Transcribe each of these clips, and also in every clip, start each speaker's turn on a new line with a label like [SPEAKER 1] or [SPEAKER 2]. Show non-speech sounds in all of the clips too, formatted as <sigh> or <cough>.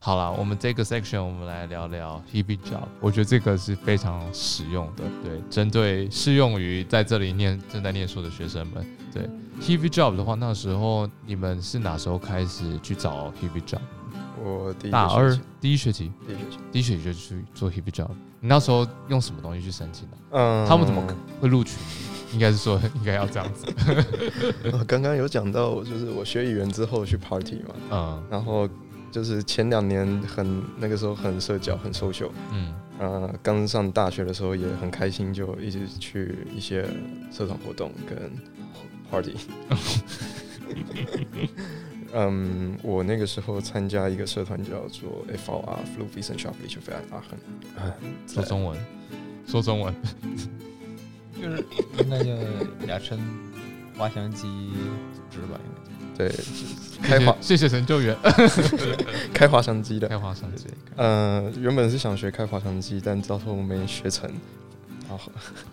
[SPEAKER 1] 好了，我们这个 section 我们来聊聊 Hebe Job，我觉得这个是非常实用的，对，针对适用于在这里念正在念书的学生们。对 Hebe Job 的话，那时候你们是哪时候开始去找 Hebe Job？
[SPEAKER 2] 我第一个
[SPEAKER 1] 大二
[SPEAKER 2] 学期
[SPEAKER 1] 第一学期，
[SPEAKER 2] 第一学期，
[SPEAKER 1] 第一学期就去做 Hebe Job。你那时候用什么东西去申请的、
[SPEAKER 2] 嗯
[SPEAKER 1] 他们怎么会录取你？应该是说应该要这样子，
[SPEAKER 2] 呃刚刚有讲到，就是我学语言之后去 party 嘛，
[SPEAKER 1] 嗯
[SPEAKER 2] 然后就是前两年很那个时候很社交，很 social，
[SPEAKER 1] 嗯
[SPEAKER 2] 呃，刚上大学的时候也很开心，就一直去一些社团活动跟
[SPEAKER 1] <laughs>
[SPEAKER 2] party。嗯，我那个时候参加一个社团叫做 FLR Flu Vision Shop l i t e r f a n 阿亨，
[SPEAKER 1] 说中文，说中文，
[SPEAKER 3] <laughs> 就是那就雅琛滑翔机组织吧，应该
[SPEAKER 2] 对，
[SPEAKER 1] 谢
[SPEAKER 2] 开
[SPEAKER 1] 谢
[SPEAKER 2] 滑
[SPEAKER 1] 谢谢神救援，
[SPEAKER 2] 开滑翔机的。
[SPEAKER 1] 开花上
[SPEAKER 3] 对
[SPEAKER 1] 机，
[SPEAKER 3] 对。
[SPEAKER 2] 呃，原本是想学开滑翔机，但到时候没学成，然后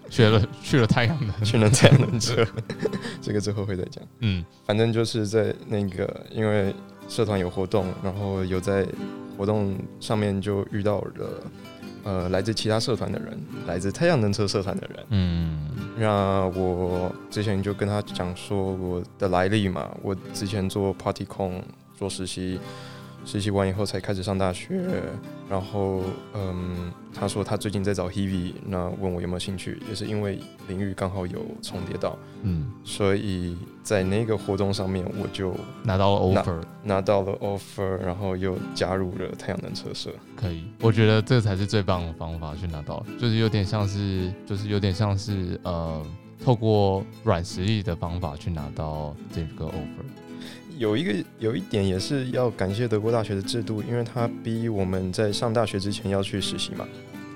[SPEAKER 1] 学了去了太阳能，
[SPEAKER 2] <laughs> 去了太阳能车， <laughs> 这个之后会再讲。
[SPEAKER 1] 嗯
[SPEAKER 2] 反正就是在那个，因为社团有活动，然后有在活动上面就遇到了呃来自其他社团的人，来自太阳能车社团的人。
[SPEAKER 1] 嗯
[SPEAKER 2] 那我之前就跟他讲说我的来历嘛，我之前做 party 控，做实习，实习完以后才开始上大学。然后，嗯，他说他最近在找 Hebe，那问我有没有兴趣，也是因为领域刚好有重叠到，
[SPEAKER 1] 嗯，
[SPEAKER 2] 所以在那个活动上面我就
[SPEAKER 1] 拿到了 offer，
[SPEAKER 2] 拿到了 offer，然后又加入了太阳能车社。
[SPEAKER 1] 可以，我觉得这才是最棒的方法去拿到，就是有点像是，就是有点像是呃，透过软实力的方法去拿到这个 offer，
[SPEAKER 2] 有一个有一点也是要感谢德国大学的制度，因为它逼我们在上大学之前要去实习嘛。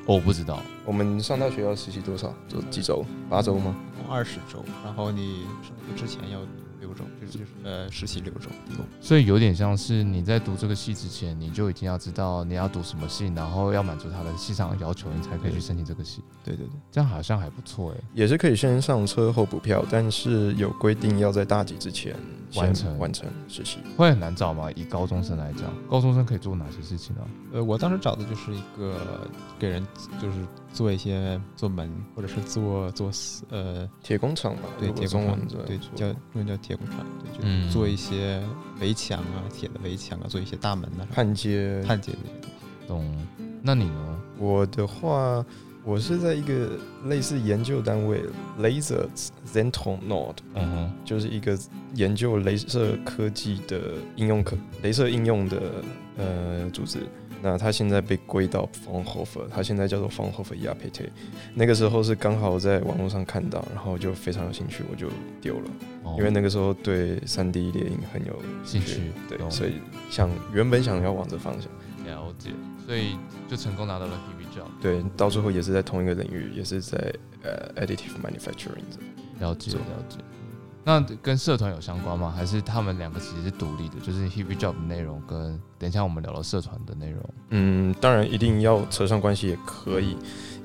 [SPEAKER 1] 哦我不知道，
[SPEAKER 2] 我们上大学要实习多少？就几周？八周吗？
[SPEAKER 3] 二十周，然后你上学之前要六周，就是就是呃实习六周，一共
[SPEAKER 1] 所以有点像是你在读这个系之前，你就已经要知道你要读什么系，然后要满足他的系上的要求，你才可以去申请这个系，
[SPEAKER 3] 对对对，
[SPEAKER 1] 这样好像还不错哎、
[SPEAKER 2] 也是可以先上车后补票，但是有规定要在大几之前先
[SPEAKER 1] 完成
[SPEAKER 2] 完成实习。
[SPEAKER 1] 会很难找吗？以高中生来讲，高中生可以做哪些事情呢、
[SPEAKER 3] 呃，我当时找的就是一个给人就是做一些做门或者是做做丝呃
[SPEAKER 2] 铁工厂吧，
[SPEAKER 3] 对
[SPEAKER 2] 如果
[SPEAKER 3] 铁
[SPEAKER 2] 中
[SPEAKER 3] 工
[SPEAKER 2] 文
[SPEAKER 3] 厂
[SPEAKER 2] 这样
[SPEAKER 3] 对
[SPEAKER 2] 说
[SPEAKER 3] 叫中文叫铁工厂，对，就
[SPEAKER 1] 嗯
[SPEAKER 3] 是做一些围墙啊、铁的围墙啊，做一些大门啊、
[SPEAKER 2] 焊接。
[SPEAKER 3] 焊接那些东西。
[SPEAKER 1] 懂？那你呢？
[SPEAKER 2] 我的话，我是在一个类似研究单位 Laser Zenton Node，
[SPEAKER 1] 嗯哼，
[SPEAKER 2] 就是一个研究镭射科技的应用科，镭射应用的呃组织。那它现在被归到 Fraunhofer，它现在叫做 Fraunhofer e a p t 那个时候是刚好在网络上看到，然后就非常有兴趣，我就丢了，
[SPEAKER 1] 哦
[SPEAKER 2] 因为那个时候对 3D 猎影很有
[SPEAKER 1] 兴趣
[SPEAKER 2] 对
[SPEAKER 1] 懂，
[SPEAKER 2] 所以想原本想要往这方向，
[SPEAKER 1] 了解，所以就成功拿到了 TV job。
[SPEAKER 2] 对，到最后也是在同一个领域，也是在呃 additive manufacturing 这
[SPEAKER 1] 了解
[SPEAKER 2] 是
[SPEAKER 1] 了解。那跟社团有相关吗？还是他们两个其实是独立的？就是 TV job 的内容跟等一下我们聊到社团的内容。
[SPEAKER 2] 嗯，当然一定要扯上关系也可以，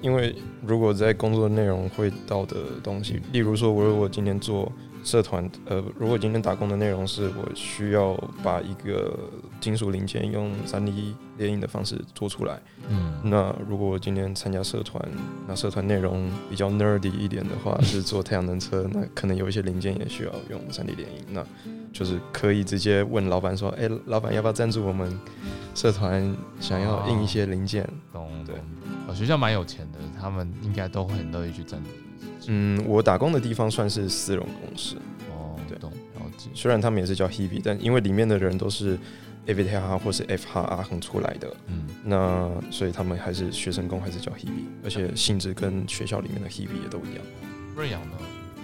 [SPEAKER 2] 因为如果在工作内容会到的东西，例如说，我如果今天做社团，呃，如果今天打工的内容是我需要把一个金属零件用三 D 列印的方式做出来，
[SPEAKER 1] 嗯，
[SPEAKER 2] 那如果我今天参加社团，那社团内容比较 nerdy 一点的话，是做太阳能车，那可能有一些零件也需要用三 D 联影，那就是可以直接问老板说，哎、老板要不要赞助我们社团想要印一些零件？
[SPEAKER 1] 懂懂
[SPEAKER 2] 对。
[SPEAKER 1] 哦，学校蛮有钱的，他们应该都会很乐意去赞助。
[SPEAKER 2] 嗯，我打工的地方算是私人公司，
[SPEAKER 1] 哦，
[SPEAKER 2] 对
[SPEAKER 1] 懂了解。
[SPEAKER 2] 虽然他们也是叫 Hebe，但因为里面的人都是 a v t h 或是 FH 阿恒出来的，
[SPEAKER 1] 嗯，
[SPEAKER 2] 那所以他们还是学生工，还是叫 Hebe，而且性质跟学校里面的 Hebe 也都一样。
[SPEAKER 1] 瑞阳呢？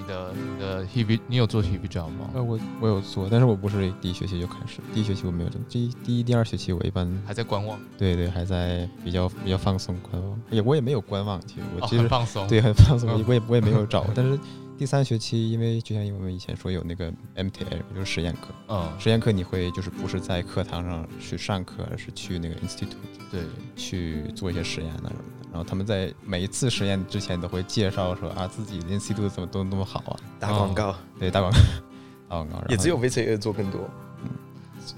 [SPEAKER 1] 你的你的 TV，你有做 TV job 吗？
[SPEAKER 3] 呃，我我有做，但是我不是第一学期就开始，第一学期我没有做，第一第一第二学期我一般
[SPEAKER 1] 还在观望，
[SPEAKER 3] 对对还在比较比较放松观望，也我也没有观望，其实我
[SPEAKER 1] 哦，
[SPEAKER 3] 其实、
[SPEAKER 1] 很放松。
[SPEAKER 3] 对，很放松
[SPEAKER 1] 嗯，
[SPEAKER 3] 我也我也没有找，但是第三学期，因为就像我们以前说有那个 MTL，就是实验课，
[SPEAKER 1] 嗯，
[SPEAKER 3] 实验课你会就是不是在课堂上去上课，而是去那个 institute
[SPEAKER 1] 对，
[SPEAKER 3] 去做一些实验啊什么的。然后他们在每一次实验之前都会介绍说啊自己的 institute 怎么都那么好啊，
[SPEAKER 2] 打广告、
[SPEAKER 3] 对，打广告，打广告，然后
[SPEAKER 2] 也只有 VCA 做更多。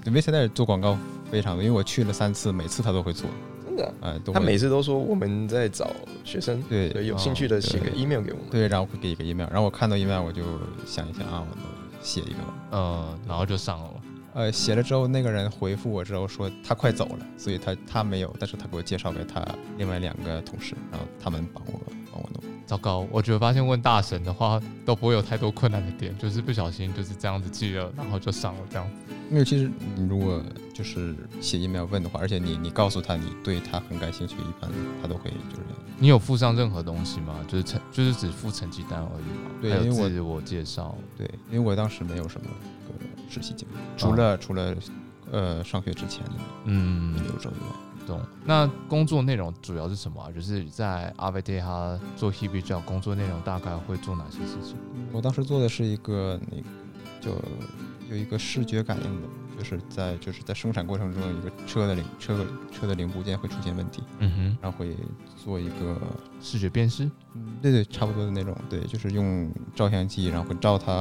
[SPEAKER 3] 对 VC 在做广告非常多，因为我去了三次，每次他都会做，
[SPEAKER 2] 真的啊、
[SPEAKER 3] 呃，都
[SPEAKER 2] 他
[SPEAKER 3] 会
[SPEAKER 2] 每次都说我们在找学生，
[SPEAKER 3] 对
[SPEAKER 2] 对，有
[SPEAKER 1] 哦
[SPEAKER 2] 兴趣的写个
[SPEAKER 3] 对
[SPEAKER 2] email 给我们。
[SPEAKER 3] 对，然后会给一个 email，然后我看到 email 我就想一想啊，我都写一个吧。
[SPEAKER 1] 嗯，然后就上了嘛。
[SPEAKER 3] 呃，写了之后，那个人回复我之后说他快走了，所以他他没有，但是他给我介绍给他另外两个同事，然后他们帮我帮我弄。
[SPEAKER 1] 糟糕，我觉得发现问大神的话都不会有太多困难的点，就是不小心就是这样子记了，然后就上了这样子。
[SPEAKER 3] 因为其实你如果就是写 email 问的话，而且你你告诉他你对他很感兴趣，一般他都会就是
[SPEAKER 1] 你有附上任何东西吗？就是成就是只附成绩单而已嘛，
[SPEAKER 3] 对
[SPEAKER 1] 还有
[SPEAKER 3] 因为我
[SPEAKER 1] 自我介绍。
[SPEAKER 3] 对，因为我当时没有什么呃实习经历，除了、除了呃上学之前的
[SPEAKER 1] 嗯，
[SPEAKER 3] 六周以外，
[SPEAKER 1] 懂。那工作内容主要是什么啊？就是在阿维蒂哈做 Hebe job 工作内容大概会做哪些事情？
[SPEAKER 3] 我当时做的是一个那个就有一个视觉感应的。就是在就是在生产过程中，一个车的零车车的零部件会出现问题，
[SPEAKER 1] 嗯
[SPEAKER 3] 然后会做一个，
[SPEAKER 1] 哼，视觉辨识。
[SPEAKER 3] 嗯对对，差不多的那种，对，就是用照相机，然后会照它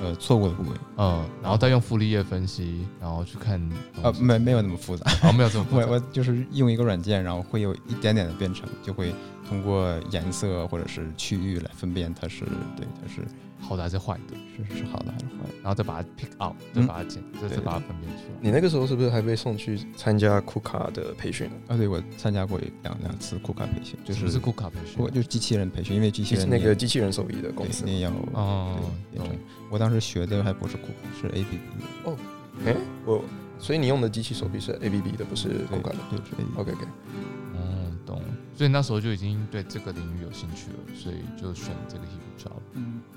[SPEAKER 3] 呃错误的部位，
[SPEAKER 1] 嗯，然后再用傅立叶分析，然后去看
[SPEAKER 3] 呃，
[SPEAKER 1] 东西
[SPEAKER 3] 没没有那么复杂，
[SPEAKER 1] 哦，没有这么复
[SPEAKER 3] 我
[SPEAKER 1] 杂
[SPEAKER 3] 我就是用一个软件，然后会有一点点的编程，就会通过颜色或者是区域来分辨它是对它是
[SPEAKER 1] 好的还是坏的，
[SPEAKER 3] 是是好的还是坏的。
[SPEAKER 1] 然后再把它 pick out，再
[SPEAKER 3] 嗯
[SPEAKER 1] 把它剪，再
[SPEAKER 3] 对
[SPEAKER 1] 再
[SPEAKER 3] 对
[SPEAKER 1] 把它分辨出来。
[SPEAKER 2] 你那个时候是不是还被送去参加库卡的培训？
[SPEAKER 3] 啊，对我参加过两两次库卡培训，就
[SPEAKER 1] 什么是
[SPEAKER 3] 是
[SPEAKER 1] 库卡培训
[SPEAKER 3] 我？就是机器人培训，因为机器
[SPEAKER 2] 就是
[SPEAKER 3] 人
[SPEAKER 2] 那
[SPEAKER 3] 你
[SPEAKER 2] 个机器人手艺的公
[SPEAKER 3] 对
[SPEAKER 2] 司
[SPEAKER 3] 你。也要
[SPEAKER 1] 哦
[SPEAKER 3] 对编
[SPEAKER 1] 懂
[SPEAKER 3] 程。我当时学的还不是库卡，是 A B B。
[SPEAKER 2] 哎，我，所以你用的机器手臂是 ABB 的，不是库
[SPEAKER 3] 对
[SPEAKER 2] 卡的。
[SPEAKER 3] 对是 A B B。
[SPEAKER 2] OK OK，
[SPEAKER 1] 嗯，懂。所以那时候就已经对这个领域有兴趣了，所以就选这个 Hebe job。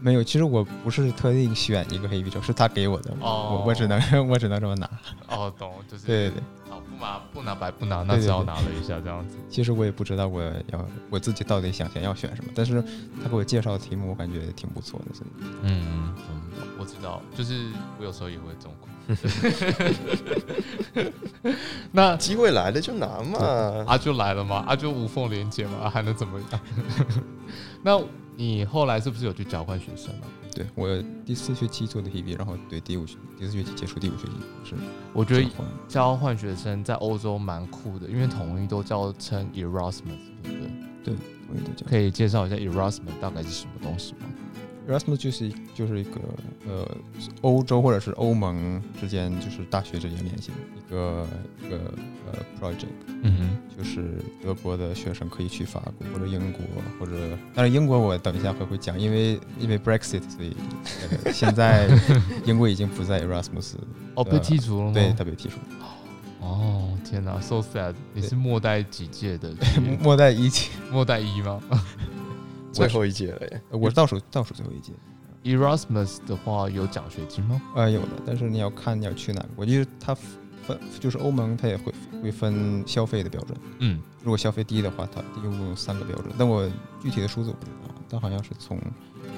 [SPEAKER 3] 没有，其实我不是特定选一个黑啤酒，是他给我的，
[SPEAKER 1] 哦
[SPEAKER 3] 我我只能我只能这么拿。
[SPEAKER 1] 哦，懂，就是
[SPEAKER 3] 对对对，
[SPEAKER 1] 好不拿不拿白不拿，
[SPEAKER 3] 对
[SPEAKER 1] 那
[SPEAKER 3] 对
[SPEAKER 1] 只好
[SPEAKER 3] 对
[SPEAKER 1] 拿了一下这样子。
[SPEAKER 3] 其实我也不知道我要我自己到底想想要选什么，但是他给我介绍的题目，我感觉挺不错的，所以
[SPEAKER 1] 嗯，嗯我知道，就是我有时候也会中苦。那
[SPEAKER 2] 机会来了就拿嘛。
[SPEAKER 1] 阿啊就来了嘛，阿就无缝连接嘛，啊还能怎么样？ <laughs> 那你后来是不是有去交换学生啊？
[SPEAKER 3] 对我第四学期做的 PB，然后对第五学第四学期结束第五学期是
[SPEAKER 1] 我觉
[SPEAKER 3] 交
[SPEAKER 1] 得
[SPEAKER 3] 换，
[SPEAKER 1] 交换学生在欧洲蛮酷的，因为统一都叫称 Erasmus，对不对？
[SPEAKER 3] 我也都交换。
[SPEAKER 1] 可以介绍一下 Erasmus 大概是什么东西吗？
[SPEAKER 3] Erasmus 就是一就是一个呃欧洲或者是欧盟之间就是大学之间联系的一个一个呃 project。
[SPEAKER 1] 嗯
[SPEAKER 3] 就是德国的学生可以去法国或者英国，或者但是英国我等一下会会讲，因为因为 Brexit，所以、呃现在英国已经不在 Erasmus，
[SPEAKER 1] 哼，哦，被剔除了吗？
[SPEAKER 3] 对，他被剔除。
[SPEAKER 1] 哦，天哪，so sad！你是
[SPEAKER 3] 对
[SPEAKER 1] 末代几届的？
[SPEAKER 3] <laughs> 末代嗯一届，
[SPEAKER 1] 末代一吗
[SPEAKER 2] 最后一届了耶，
[SPEAKER 3] 呃我是倒数倒数最后一届，
[SPEAKER 1] ？Erasmus 的话有奖学金吗？
[SPEAKER 3] 呃，有的，但是你要看你要去哪个国，就是它分就是欧盟它也会会分消费的标准，
[SPEAKER 1] 嗯，
[SPEAKER 3] 如果消费低的话，它一共有三个标准，但我具体的数字我不知道，但好像是从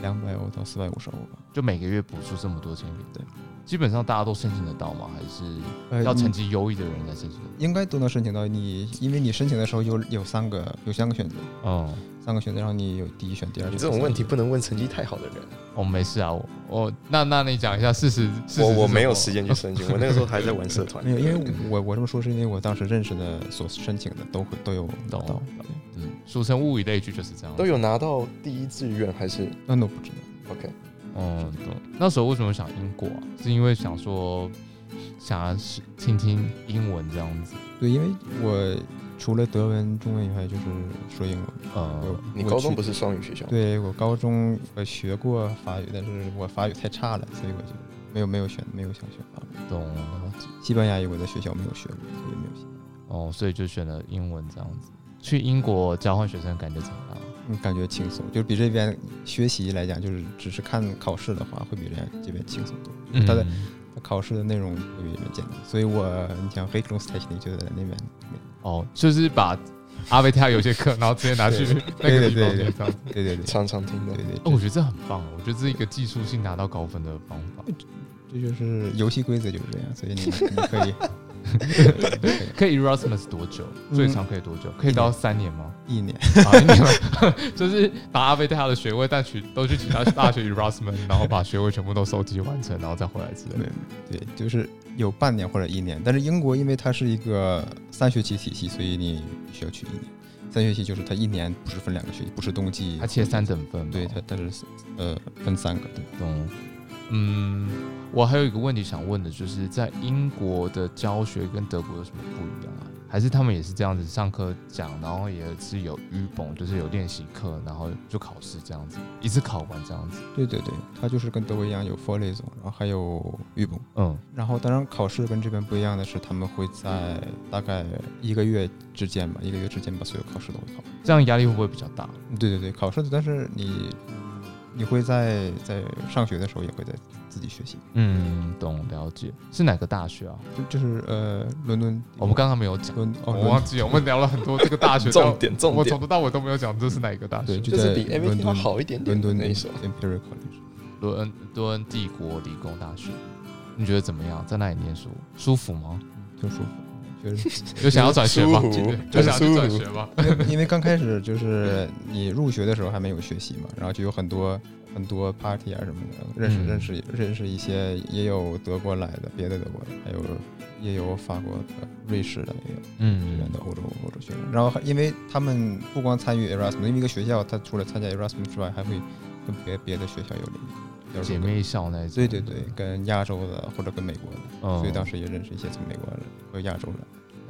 [SPEAKER 3] 两百欧到四百五十欧吧。
[SPEAKER 1] 就每个月补助这么多钱给你
[SPEAKER 3] 对，
[SPEAKER 1] 基本上大家都申请得到吗？还是
[SPEAKER 3] 呃
[SPEAKER 1] 要
[SPEAKER 3] 你
[SPEAKER 1] 成绩优异的人才申请得
[SPEAKER 3] 应该都能申请到你，因为你申请的时候有有三个有三个选择，
[SPEAKER 1] 到？哦、
[SPEAKER 3] 三个选择，然后你有第一选、第二
[SPEAKER 2] 你
[SPEAKER 3] 选。
[SPEAKER 2] 这种问题
[SPEAKER 3] 第
[SPEAKER 2] 不能问成绩太好的人。
[SPEAKER 1] 哦，没事啊，我我那那你讲一下事实，事实
[SPEAKER 2] 我
[SPEAKER 1] 是
[SPEAKER 2] 我
[SPEAKER 1] 什
[SPEAKER 2] 没有
[SPEAKER 1] 么
[SPEAKER 2] 时间去申请，我那个时候还在玩社团。
[SPEAKER 3] 三个没有，因为我我这么说是因为我当时认识的所申请的都会都有拿
[SPEAKER 1] 懂
[SPEAKER 3] 到，
[SPEAKER 1] 嗯，俗称物以类聚就是这样。
[SPEAKER 2] 都有拿到第一志愿还是
[SPEAKER 3] 那那我不知道。
[SPEAKER 2] OK？
[SPEAKER 1] 嗯，懂。那时候为什么想英国、啊？是因为想说想要是听听英文这样子。
[SPEAKER 3] 对，因为我除了德文、中文以外，就是说英文。
[SPEAKER 1] 呃
[SPEAKER 3] 我，
[SPEAKER 2] 哦你
[SPEAKER 3] 我
[SPEAKER 2] 高中
[SPEAKER 3] 去
[SPEAKER 2] 不是双语学校？
[SPEAKER 3] 对我高中我学过法语，但是我法语太差了，所以我就没有没有选没有想学法语。
[SPEAKER 1] 嗯懂了。
[SPEAKER 3] 西班牙语我在学校没有学过，所以没有学。
[SPEAKER 1] 哦，所以就选了英文这样子。去英国交换学生感觉怎么样？
[SPEAKER 3] 嗯，感觉轻松，就是比这边学习来讲，就是只是看考试的话，会比这边这边轻松多。
[SPEAKER 1] 嗯
[SPEAKER 3] 就是它的、它考试的内容会比这边简单，所以我你像 r e g l u s t e c h n i 就在那边，
[SPEAKER 1] 哦，就是把阿维泰有些课，然后直接拿去 <laughs> 那个
[SPEAKER 3] 对对
[SPEAKER 1] 地方学
[SPEAKER 3] 对
[SPEAKER 1] 这样子。
[SPEAKER 3] 对对对，
[SPEAKER 2] 常常听到 <laughs>
[SPEAKER 3] 对。对，
[SPEAKER 1] 哦，我觉得这很棒，我觉得这是一个技术性拿到高分的方法。
[SPEAKER 3] 这就是游戏规则就是这样，所以你 <laughs> 你可以
[SPEAKER 1] 可以 Erasmus 多久？
[SPEAKER 3] 嗯
[SPEAKER 1] 最长可以多久？可以到三年
[SPEAKER 3] <laughs>
[SPEAKER 1] 吗？
[SPEAKER 3] 一年，
[SPEAKER 1] 啊，一年吗 <laughs> 就是把阿贝带他的学位，但去都去其他大学 Erasmus，然后把学位全部都收集完成，然后再回来之类
[SPEAKER 3] 没
[SPEAKER 1] 的。
[SPEAKER 3] 有，对，就是有半年或者一年。但是英国因为它是一个三学期体系，所以你必须要去一年。三学期就是它一年不是分两个学期，不是冬季，
[SPEAKER 1] 他切三等分嘛，
[SPEAKER 3] 对它，但是呃分三个，对，
[SPEAKER 1] 懂。嗯，我还有一个问题想问的，就是在英国的教学跟德国有什么不一样啊？还是他们也是这样子上课讲，然后也是有语本，就是有练习课，然后就考试这样子，一次考完这样子？
[SPEAKER 3] 对对对，它就是跟德国一样有 f o r l e s 然后还有预本。
[SPEAKER 1] 嗯，
[SPEAKER 3] 然后，当然考试跟这边不一样的是，他们会在大概一个月之间吧，一个月之间把所有考试都会考完。
[SPEAKER 1] 这样压力会不会比较大？
[SPEAKER 3] 对对对，考试的，但是你你会在在上学的时候也会在自己学习，
[SPEAKER 1] 嗯，懂，了解。是哪个大学啊？
[SPEAKER 3] 就就是呃，伦敦，
[SPEAKER 1] 我们刚刚没有讲，
[SPEAKER 3] 伦哦，
[SPEAKER 1] 我
[SPEAKER 3] 伦
[SPEAKER 1] 忘记了，我们聊了很多这个大学，
[SPEAKER 2] <laughs> 重点
[SPEAKER 1] 但
[SPEAKER 2] 重
[SPEAKER 1] 我
[SPEAKER 2] 点
[SPEAKER 1] 从头到尾都没有讲这是哪个大
[SPEAKER 3] 对，
[SPEAKER 1] 学。
[SPEAKER 3] 就
[SPEAKER 2] 就是
[SPEAKER 3] 在
[SPEAKER 2] 比 M
[SPEAKER 3] 伦
[SPEAKER 2] V 要
[SPEAKER 3] 敦
[SPEAKER 2] 好一点点
[SPEAKER 3] 伦
[SPEAKER 2] 的
[SPEAKER 3] 敦
[SPEAKER 2] 那一首。
[SPEAKER 3] Imperial College，
[SPEAKER 1] 伦敦伦敦帝国理工大学，你觉得怎么样？在那里念书舒服吗？
[SPEAKER 3] 挺舒服，确实，
[SPEAKER 1] 有想要转学吗
[SPEAKER 2] 舒？服
[SPEAKER 1] 有想要去转
[SPEAKER 2] 舒服
[SPEAKER 1] 学吗？
[SPEAKER 3] 因为因为刚开始就是你入学的时候还没有学习嘛，然后就有很多。很多 party 啊什么的，认识
[SPEAKER 1] 嗯
[SPEAKER 3] 认识认识一些，也有德国来的，别的德国的，还有也有法国的、瑞士的，也有这
[SPEAKER 1] 嗯
[SPEAKER 3] 边的欧洲欧洲学生。然后还因为他们不光参与 Erasmus，因为一个学校它除了参加 Erasmus 之外，还会跟别别的学校有联系，有时
[SPEAKER 1] 姐
[SPEAKER 3] 候跟
[SPEAKER 1] 妹校那一种。
[SPEAKER 3] 对对对，跟亚洲的或者跟美国的，
[SPEAKER 1] 嗯，
[SPEAKER 3] 所以当时也认识一些从美国人和亚洲人。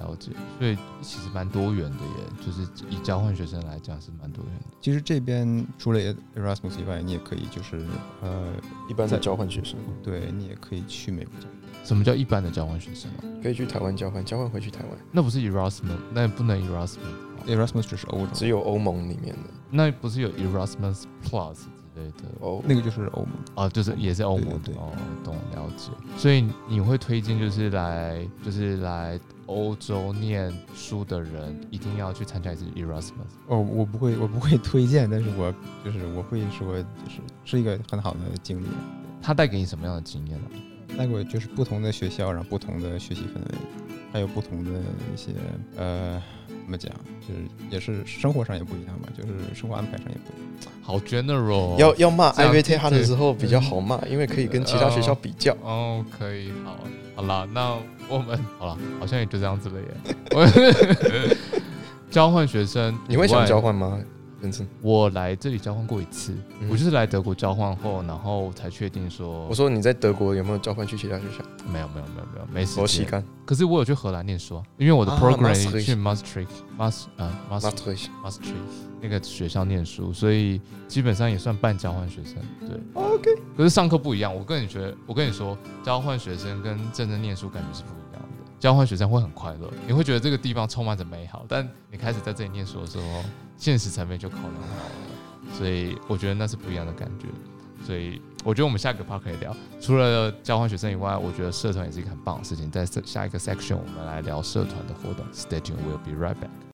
[SPEAKER 1] 了解，所以其实蛮多元的耶，就是以交换学生来讲是蛮多元的。
[SPEAKER 3] 其实这边除了 Erasmus 以外，你也可以就是呃，
[SPEAKER 2] 一般的交换学生
[SPEAKER 3] 对你也可以去美国交
[SPEAKER 1] 什么叫一般的交换学生啊？
[SPEAKER 2] 可以去台湾交换，交换回去台湾，
[SPEAKER 1] 那不是 Erasmus，那不能 Erasmus 吗？
[SPEAKER 3] 换。Erasmus 只是欧洲，
[SPEAKER 2] 只有欧盟里面的
[SPEAKER 1] 那不是有 Erasmus Plus 之类的
[SPEAKER 2] 哦。
[SPEAKER 3] 那个就是欧盟。
[SPEAKER 1] 啊，就是也是欧盟的
[SPEAKER 3] 对对对
[SPEAKER 1] 哦，懂了解。所以你会推荐就是来就是来欧洲念书的人一定要去参加一次 Erasmus。
[SPEAKER 3] 哦，我不会，我不会 <laughs> 推荐，但是我就是我会说，就是是一个很好的经历。
[SPEAKER 1] 它带给你什么样的经验呢、
[SPEAKER 3] 那个就是不同的学校，然后不同的学习氛围，还有不同的一些呃，怎么讲，就是也是生活上也不一样吧，就是生活安排上也不一样。
[SPEAKER 1] 好 general，哦
[SPEAKER 2] 要要骂
[SPEAKER 1] 这样
[SPEAKER 2] IVT 哈的
[SPEAKER 1] 对
[SPEAKER 2] 时候比较好骂，因为可以跟其他学校比较。
[SPEAKER 1] 哦，可以，好，好啦，那我们好了，好像也就这样子了
[SPEAKER 2] <laughs>
[SPEAKER 1] 耶。我交换学生，
[SPEAKER 2] 你会想交？换吗？认真，
[SPEAKER 1] 我来这里交换过一次，
[SPEAKER 2] 嗯
[SPEAKER 1] 我就是来德国交换后，然后才确定说，
[SPEAKER 2] 我说你在德国有没有交换去其他学校？
[SPEAKER 1] 没有，没有，没有，没有，没时
[SPEAKER 2] 我西
[SPEAKER 1] 间。
[SPEAKER 2] 干
[SPEAKER 1] 可是我有去荷兰念书啊，因为我的
[SPEAKER 2] 啊
[SPEAKER 1] program
[SPEAKER 2] Maastricht
[SPEAKER 1] 去 Maastricht，Maast 啊
[SPEAKER 2] m a
[SPEAKER 1] Maast
[SPEAKER 2] t r i c h
[SPEAKER 1] Maastricht 那个学校念书，所以基本上也算半交换学生。对，
[SPEAKER 2] OK，
[SPEAKER 1] 可是上课不一样，我跟你觉得，我跟你说，交换学生跟真正念书感觉是不一样的。交换学生会很快乐，你会觉得这个地方充满着美好，但你开始在这里念书的时候，现实层面就考量到了，所以我觉得那是不一样的感觉。所以我觉得我们下个 part 可以聊，除了交换学生以外，我觉得社团也是一个很棒的事情。在下一个 section 我们来聊社团的活动。Stay tuned, we'll be right back.